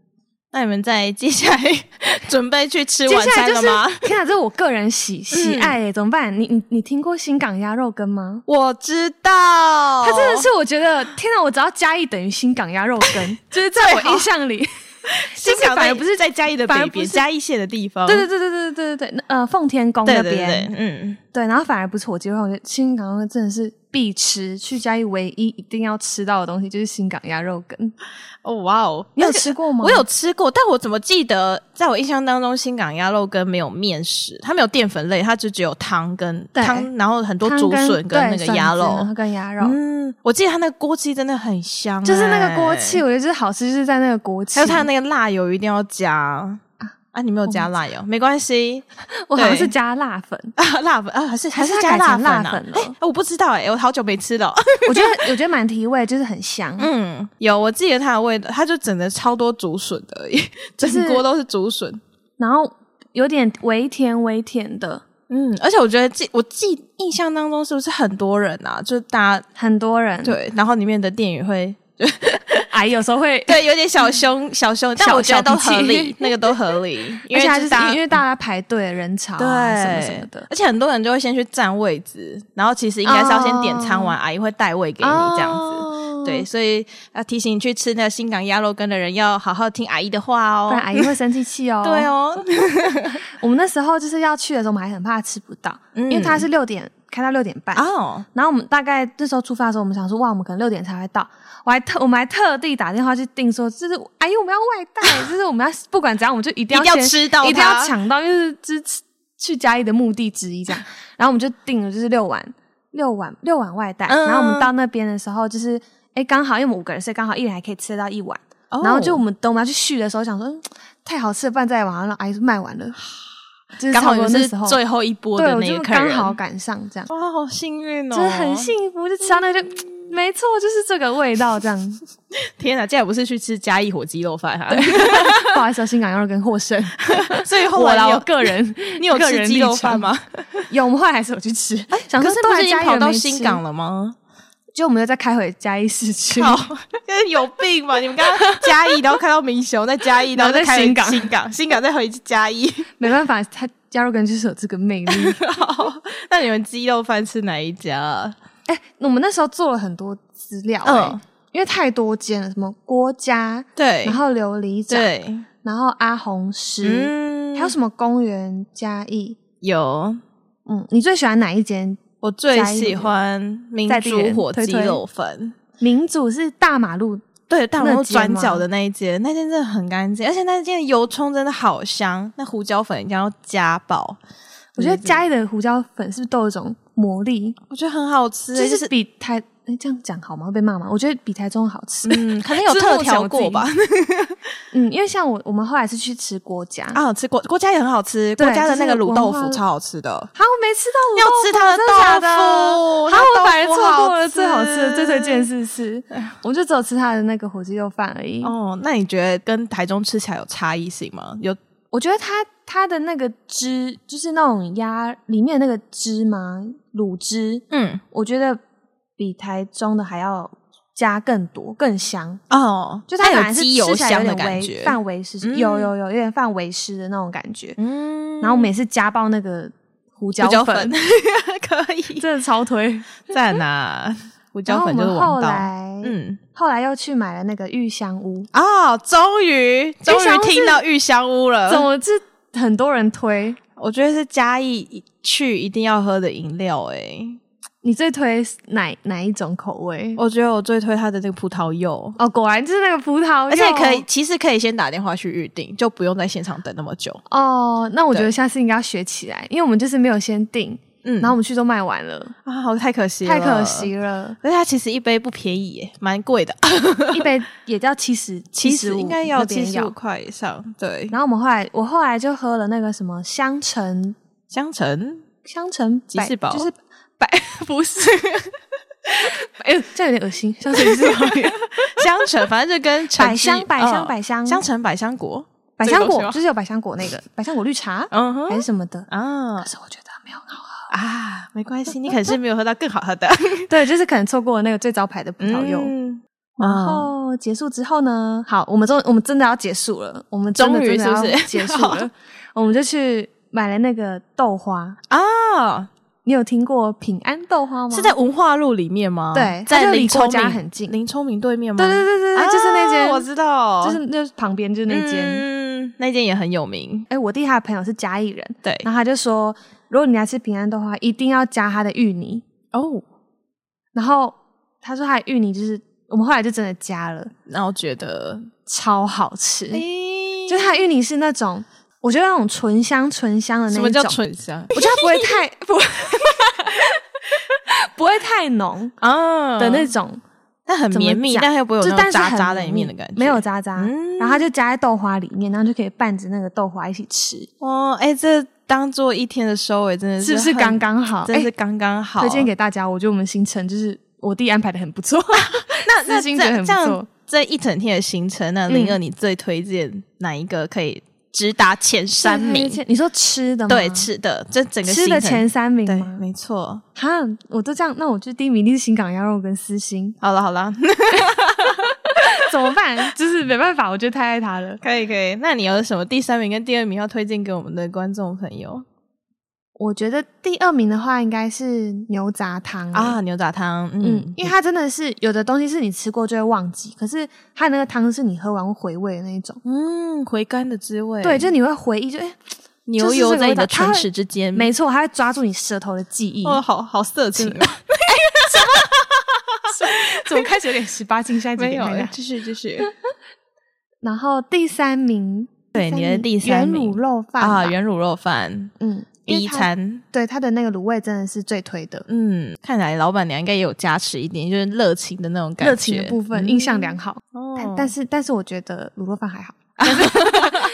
Speaker 4: 那你们在接下来 准备去吃
Speaker 1: 接
Speaker 4: 晚
Speaker 1: 下来
Speaker 4: 餐
Speaker 1: 就
Speaker 4: 了
Speaker 1: 是
Speaker 4: 吗？嗯
Speaker 1: 天哪，啊这是我个人喜喜爱欸耶，怎么办？你你你听过新港鸭肉羹吗？
Speaker 4: 我知道，
Speaker 1: 它真的是我觉得天啊哪，我只要加一等于新港鸭肉羹，就是在我印象 里，
Speaker 4: 新
Speaker 1: 就是
Speaker 4: 港
Speaker 1: 反
Speaker 4: 在
Speaker 1: 而不是
Speaker 4: 在嘉义的
Speaker 1: 反而
Speaker 4: 北
Speaker 1: 不
Speaker 4: 边，
Speaker 1: 是
Speaker 4: 嘉义县的地方，
Speaker 1: 对对对对对对对对，那呃，奉天宫那
Speaker 4: 对
Speaker 1: 边，
Speaker 4: 对对，嗯，
Speaker 1: 对，然后反而不是我机会，我觉得新港真的是必吃，去嘉义唯一一定要吃到的东西就是新港鸭肉羹。
Speaker 4: 哦，哇哦，
Speaker 1: 你有吃过吗？
Speaker 4: 我有吃过，但我怎么记得，在我印象当中，新港鸭肉羹没有面食，它没有淀粉类，它就只有汤跟
Speaker 1: 对
Speaker 4: 汤，然后很多
Speaker 1: 汤
Speaker 4: 竹笋跟那
Speaker 1: 对
Speaker 4: 个
Speaker 1: 笋
Speaker 4: 鸭
Speaker 1: 子
Speaker 4: 肉
Speaker 1: 然后。跟鸭肉，
Speaker 4: 嗯，我记得它那个锅气真的很香、
Speaker 1: 就是那个锅
Speaker 4: 欸
Speaker 1: 气，我觉得就是好吃，就是在那个锅气。
Speaker 4: 还有它的那个辣油一定要加啊！你没有加辣油，没关系
Speaker 1: 我好像
Speaker 4: 对
Speaker 1: 是加辣粉，
Speaker 4: 啊，辣粉啊，还是
Speaker 1: 还是
Speaker 4: 是
Speaker 1: 它
Speaker 4: 加
Speaker 1: 改成
Speaker 4: 辣粉
Speaker 1: 辣
Speaker 4: 啊
Speaker 1: 粉？了
Speaker 4: 哎、我不知道哎、我好久没 吃了。
Speaker 1: 我觉得我觉得蛮提味，就是很香。
Speaker 4: 嗯，有我记得它的味道，它就整的超多竹笋的而已，整
Speaker 1: 是
Speaker 4: 锅都是竹笋。
Speaker 1: 然后有点微甜微甜的，
Speaker 4: 嗯，而且我觉得记我记印象当中是不是很多人啊？就是大家
Speaker 1: 很多人，
Speaker 4: 对，然后里面的店员会
Speaker 1: 哎，有时候会，
Speaker 4: 对有点小凶小凶，
Speaker 1: 嗯
Speaker 4: 但
Speaker 1: 小
Speaker 4: 我觉
Speaker 1: 小
Speaker 4: 得都
Speaker 1: 脾气
Speaker 4: 合理， 那个都合 理，因
Speaker 1: 而
Speaker 4: 为
Speaker 1: 且还
Speaker 4: 就是大家
Speaker 1: 因为大家排队人潮
Speaker 4: 对
Speaker 1: 啊什么什么的。
Speaker 4: 而且很多人就会先去占位置，然后其实应该是要先点餐完，阿姨会带位给你这样子。
Speaker 1: 哦
Speaker 4: 对，，所以要提醒你去吃那个新港鸭肉羹的人要好好听阿姨的话
Speaker 1: 不
Speaker 4: 哦。
Speaker 1: 然阿姨会生气气哦。
Speaker 4: 对，哦，
Speaker 1: 我们那时候就是要去的时候，我们还很怕吃不到，因
Speaker 4: 因
Speaker 1: 为它是六点开到六点半。
Speaker 4: 嗯哦，
Speaker 1: 然后我们大概那时候出发的时候，我们想说，哇，我们可能六点才会到。我还特我们还特地打电话去订说，就是阿姨我们要外 带，就是我们要不管怎样，我们就一定要
Speaker 4: 一定要
Speaker 1: 先
Speaker 4: 吃到它
Speaker 1: 一定要抢到，因为是支去嘉义的目的之一这样。然后我们就订了就是六碗六碗六碗外带，
Speaker 4: 嗯
Speaker 1: 然后我们到那边的时候就是。哎，刚好因为我们五个人，所以刚好一人还可以吃得到一碗。
Speaker 4: 哦
Speaker 1: 然后就我们等我们要去续的时候，想说、嗯太好吃了，不然再晚上让阿姨卖完 了。就是
Speaker 4: 刚
Speaker 1: 差
Speaker 4: 好
Speaker 1: 不多
Speaker 4: 你是
Speaker 1: 那时候，
Speaker 4: 最后一波
Speaker 1: 对，
Speaker 4: 的
Speaker 1: 我
Speaker 4: 那
Speaker 1: 就
Speaker 4: 个客
Speaker 1: 刚
Speaker 4: 人，
Speaker 1: 好赶上这样。
Speaker 4: 哇，好幸运哦，
Speaker 1: 就是很。幸福，就吃到那 个就。没错，就是这个味道，这样。
Speaker 4: 天哪，竟然不是去吃嘉义火鸡肉饭哈、
Speaker 1: 不好意思哦，新港羊肉跟获胜，
Speaker 4: 所以后
Speaker 1: 我
Speaker 4: 来
Speaker 1: 啦，
Speaker 4: 你
Speaker 1: 我
Speaker 4: 有
Speaker 1: 个人
Speaker 4: 你有
Speaker 1: 个
Speaker 4: 吃
Speaker 1: 人
Speaker 4: 鸡
Speaker 1: 立
Speaker 4: 肉
Speaker 1: 场
Speaker 4: 饭吗？
Speaker 1: 有，我们后来还是有去吃。想
Speaker 4: 哎可
Speaker 1: 说
Speaker 4: 是不
Speaker 1: 然
Speaker 4: 是已经
Speaker 1: 嘉义
Speaker 4: 跑
Speaker 1: 人
Speaker 4: 到
Speaker 1: 没
Speaker 4: 新
Speaker 1: 吃
Speaker 4: 港，了吗？
Speaker 1: 就我们又再开回嘉义市区。
Speaker 4: 靠， 有病吧？你们刚刚嘉义，然后看到明雄在嘉义，然后再开回
Speaker 1: 然后在新港
Speaker 4: 新港，新港再回嘉 义。
Speaker 1: 没办法，他加肉羹就是有这个魅 力。
Speaker 4: 那你们鸡肉饭吃哪一家啊？
Speaker 1: 哎，我们那时候做了很多资料，
Speaker 4: 嗯
Speaker 1: 嗯，因为太多间了，什么郭家，
Speaker 4: 对
Speaker 1: 然后琉璃掌，
Speaker 4: 对，
Speaker 1: 然后阿红石，
Speaker 4: 嗯
Speaker 1: 还有什么公园嘉义？
Speaker 4: 有？
Speaker 1: 嗯，你最喜欢哪一间？
Speaker 4: 我最喜欢明
Speaker 1: 在地
Speaker 4: 珠
Speaker 1: 人
Speaker 4: 火
Speaker 1: 推
Speaker 4: 鸡
Speaker 1: 推
Speaker 4: 肉饭。
Speaker 1: 民主是大马路
Speaker 4: 对，大马路
Speaker 1: 那间吗
Speaker 4: 转角的那一间，那间真的很干净，而且那间的油葱真的好香，那胡椒粉一定要加爆。
Speaker 1: 我觉得嘉义的胡椒粉是不是都有一种魔力？
Speaker 4: 我觉得很好吃，欸
Speaker 1: 就
Speaker 4: 就是
Speaker 1: 比台哎、这样讲好吗？会被骂吗？我觉得比台中好吃。
Speaker 4: 嗯，可 能有
Speaker 1: 这是
Speaker 4: 特
Speaker 1: 我
Speaker 4: 调
Speaker 1: 想
Speaker 4: 过
Speaker 1: 自己
Speaker 4: 吧。
Speaker 1: 嗯，因为像我我们后来是去吃郭家啊，
Speaker 4: 啊，吃锅锅家也很好吃，
Speaker 1: 对
Speaker 4: 郭家的那个
Speaker 1: 就是
Speaker 4: 卤
Speaker 1: 文
Speaker 4: 豆
Speaker 1: 化
Speaker 4: 腐超好 吃的。
Speaker 1: 啊我没吃到卤
Speaker 4: 要
Speaker 1: 豆腐
Speaker 4: 吃它
Speaker 1: 真的假
Speaker 4: 的
Speaker 1: 的
Speaker 4: 豆
Speaker 1: 好，
Speaker 4: 腐它
Speaker 1: 我
Speaker 4: 豆
Speaker 1: 反而
Speaker 4: 腐
Speaker 1: 错过
Speaker 4: 好
Speaker 1: 了最好
Speaker 4: 吃
Speaker 1: 吃的最推荐试试。我就只有吃它的那个火鸡肉饭而已。
Speaker 4: 哦，那你觉得跟台中吃起来有差异性吗？有
Speaker 1: 我觉得它它的那个汁，就是那种鸭里面那个汁嘛，卤汁，
Speaker 4: 嗯
Speaker 1: 我觉得比台中的还要加更多，更香。
Speaker 4: 哦，
Speaker 1: 就
Speaker 4: 它
Speaker 1: 它本来
Speaker 4: 有
Speaker 1: 是
Speaker 4: 鸡
Speaker 1: 吃
Speaker 4: 油
Speaker 1: 起来有
Speaker 4: 香的
Speaker 1: 点
Speaker 4: 感
Speaker 1: 微
Speaker 4: 觉，
Speaker 1: 范围是
Speaker 4: 嗯
Speaker 1: 有有有有点范围式的那种感觉。
Speaker 4: 嗯
Speaker 1: 然后我们也是加爆那个胡椒
Speaker 4: 胡椒
Speaker 1: 粉
Speaker 4: 粉， 可以
Speaker 1: 真的超推。
Speaker 4: 赞呐！胡
Speaker 1: 然
Speaker 4: 椒
Speaker 1: 后我
Speaker 4: 粉就是
Speaker 1: 们
Speaker 4: 王
Speaker 1: 后
Speaker 4: 道。
Speaker 1: 来，
Speaker 4: 嗯，
Speaker 1: 后来又去买了那个玉香屋，
Speaker 4: 哦，终于终
Speaker 1: 香
Speaker 4: 于
Speaker 1: 屋
Speaker 4: 听
Speaker 1: 是
Speaker 4: 到玉香屋
Speaker 1: 怎
Speaker 4: 了。
Speaker 1: 么是很多人推？
Speaker 4: 我觉得是嘉义去一定要喝的饮料哎诶，
Speaker 1: 你最推哪哪一种口味？
Speaker 4: 我觉得我最推它的那个葡萄柚，
Speaker 1: 哦，果然就是那个葡萄柚，
Speaker 4: 而且可以，其实可以先打电话去预定，就不用在现场等那么久。
Speaker 1: 哦。那我觉得
Speaker 4: 对
Speaker 1: 下次应该要学起来，因为我们就是没有先订，
Speaker 4: 嗯，
Speaker 1: 然后我们去都卖完了，
Speaker 4: 啊，好太可惜，
Speaker 1: 太可。惜了。
Speaker 4: 而且它其实一杯不便宜耶，蛮贵的，
Speaker 1: 一杯也要七 十，
Speaker 4: 其
Speaker 1: 75
Speaker 4: 实应该要
Speaker 1: 那边
Speaker 4: 七十五块以上。对，
Speaker 1: 然后我们后来，我后来就喝了那个什么香橙，
Speaker 4: 香橙
Speaker 1: 香橙
Speaker 4: 吉士堡
Speaker 1: 就是百 不是，哎呦，这样有点恶心，香橙吉士 堡，
Speaker 4: 香橙，反正就跟橙
Speaker 1: 百
Speaker 4: 汁
Speaker 1: 香百香
Speaker 4: 嗯
Speaker 1: 百香
Speaker 4: 香橙百香果，
Speaker 1: 百香
Speaker 4: 这个东西
Speaker 1: 果
Speaker 4: 吗
Speaker 1: 就是有百香果那个百香果绿茶
Speaker 4: 嗯
Speaker 1: 还
Speaker 4: 哼
Speaker 1: 是什么的，
Speaker 4: 啊
Speaker 1: 可是我觉得没有很好喝。
Speaker 4: 啊，没关系，你可是没有喝到更好喝 的
Speaker 1: 对，就是可能错过了那个最招牌的葡萄柚。
Speaker 4: 嗯
Speaker 1: 然
Speaker 4: 啊，
Speaker 1: 后结束之后呢，好，我们终我们真的要结束了，我们真的
Speaker 4: 终于
Speaker 1: 真的要
Speaker 4: 是不是
Speaker 1: 结束 了？我们就去买了那个豆花，
Speaker 4: 啊，
Speaker 1: 你有听过平安豆花吗？
Speaker 4: 是在文化路里面吗？
Speaker 1: 对它
Speaker 4: 在
Speaker 1: 就
Speaker 4: 林
Speaker 1: 离
Speaker 4: 聪
Speaker 1: 郭家
Speaker 4: 明
Speaker 1: 很近
Speaker 4: 林聪明对面吗？
Speaker 1: 对对对对对，
Speaker 4: 啊
Speaker 1: 就是那间，
Speaker 4: 我知道，
Speaker 1: 就是就是旁边就是那间。
Speaker 4: 嗯，那间也很有名。
Speaker 1: 哎、我弟他的朋友是嘉义人，
Speaker 4: 对，
Speaker 1: 然后他就说，如果你来吃平安豆花，一定要加他的芋泥。
Speaker 4: 哦，
Speaker 1: 然后他说他的芋泥就是我们后来就真的加了，
Speaker 4: 然后觉得，
Speaker 1: 超好吃。
Speaker 4: 哎诶
Speaker 1: 就是它的芋泥是那种，我觉得那种醇香醇香的那一
Speaker 4: 什
Speaker 1: 种，
Speaker 4: 么叫醇香
Speaker 1: 我觉得它不会太不会 不会太浓
Speaker 4: 啊
Speaker 1: 的那种，
Speaker 4: 但很
Speaker 1: 怎么
Speaker 4: 绵密，
Speaker 1: 讲
Speaker 4: 但又不会有
Speaker 1: 就
Speaker 4: 那
Speaker 1: 但
Speaker 4: 种
Speaker 1: 是
Speaker 4: 渣
Speaker 1: 很
Speaker 4: 渣在里
Speaker 1: 绵
Speaker 4: 面的
Speaker 1: 密
Speaker 4: 感觉。
Speaker 1: 没有渣渣，
Speaker 4: 嗯
Speaker 1: 然后它就加在豆花里面，然后就可以拌着那个豆花一起吃，
Speaker 4: 哦，哎，这当做一天的收尾，真的
Speaker 1: 是不是
Speaker 4: 很
Speaker 1: 刚？刚好？
Speaker 4: 真是
Speaker 1: 哎
Speaker 4: 刚刚好。
Speaker 1: 推荐给大家，我觉得我们行程就是我弟安排的很不 错，
Speaker 4: 那
Speaker 1: 私
Speaker 4: 那
Speaker 1: 心
Speaker 4: 这
Speaker 1: 觉得很不
Speaker 4: 这样
Speaker 1: 错
Speaker 4: 这一整天的行程，那
Speaker 1: 嗯
Speaker 4: 灵儿你最推荐哪一个可以直达前三名？
Speaker 1: 你说吃的吗？
Speaker 4: 对，吃的这整个
Speaker 1: 嗯吃的
Speaker 4: 行程
Speaker 1: 前三名
Speaker 4: 对，
Speaker 1: 吗？
Speaker 4: 没错。
Speaker 1: 哈，我都这样，那我就第一名一定是新港鸭肉跟私心。
Speaker 4: 好了好了，
Speaker 1: 怎么办？就是没办法，我就太爱他了。
Speaker 4: 可以可以。那你有什么第三名跟第二名要推荐给我们的观众朋友
Speaker 1: 我觉得第二名的话应该是牛杂汤
Speaker 4: 啊？
Speaker 1: 啊，
Speaker 4: 牛杂汤，
Speaker 1: 嗯
Speaker 4: 嗯，，
Speaker 1: 因为它真的是有的东西是你吃过就会忘记，可是它那个汤是你喝完会回味的那一种。
Speaker 4: 嗯，回甘的滋味，
Speaker 1: 对，就是你会回忆，就哎，
Speaker 4: 牛
Speaker 1: 就是
Speaker 4: 油
Speaker 1: 这个
Speaker 4: 在
Speaker 1: 味
Speaker 4: 你
Speaker 1: 道
Speaker 4: 的
Speaker 1: 它
Speaker 4: 唇
Speaker 1: 会
Speaker 4: 齿之间，
Speaker 1: 没错，它会抓住你舌头的记忆。
Speaker 4: 哦，好好色情啊，
Speaker 1: 怎么开始有点十八禁？下一集
Speaker 4: 没
Speaker 1: 给
Speaker 4: 有哎
Speaker 1: 大，家
Speaker 4: 继续 继
Speaker 1: 啊
Speaker 4: 续
Speaker 1: 然后第三名，
Speaker 4: 对
Speaker 1: 三
Speaker 4: 你的
Speaker 1: 名
Speaker 4: 第三
Speaker 1: 原卤
Speaker 4: 名
Speaker 1: 肉饭
Speaker 4: 啊，
Speaker 1: 吧
Speaker 4: 原卤肉饭
Speaker 1: 嗯，因
Speaker 4: 第
Speaker 1: 为
Speaker 4: 一
Speaker 1: 它，
Speaker 4: 餐，
Speaker 1: 对它的那个卤味真的是最推的，
Speaker 4: 嗯，看来老板娘应该也有加持一点，就是热情的那种感觉，
Speaker 1: 热情的部分
Speaker 4: 嗯
Speaker 1: 印象良好。但
Speaker 4: 哦，
Speaker 1: 但
Speaker 4: 是
Speaker 1: 是但是我觉得卤肉饭 还好，但是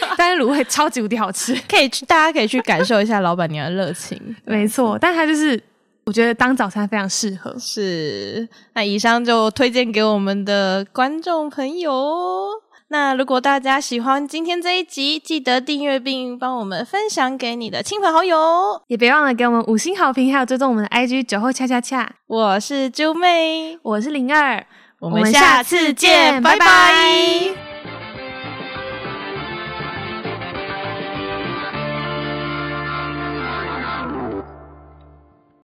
Speaker 1: 但是卤味超级无敌好吃，。
Speaker 4: 可以去，大家可以去感受一下老板娘的热情
Speaker 1: 没错。但它就是我觉得当早餐非常适合。
Speaker 4: 是，那以上就推荐给我们的观众朋友哦。那如果大家喜欢今天这一集，记得订阅并帮我们分享给你的亲朋好友哦。
Speaker 1: 也别忘了给我们五星好评，还有追踪我们的 IG 酒后恰恰恰。
Speaker 4: 我是啾妹，
Speaker 1: 我是灵儿，
Speaker 4: 我
Speaker 1: 我
Speaker 4: 们
Speaker 1: 们
Speaker 4: 下
Speaker 1: 下
Speaker 4: 次
Speaker 1: 次
Speaker 4: 见，
Speaker 1: 见
Speaker 4: 拜
Speaker 1: 拜
Speaker 4: 拜
Speaker 1: 拜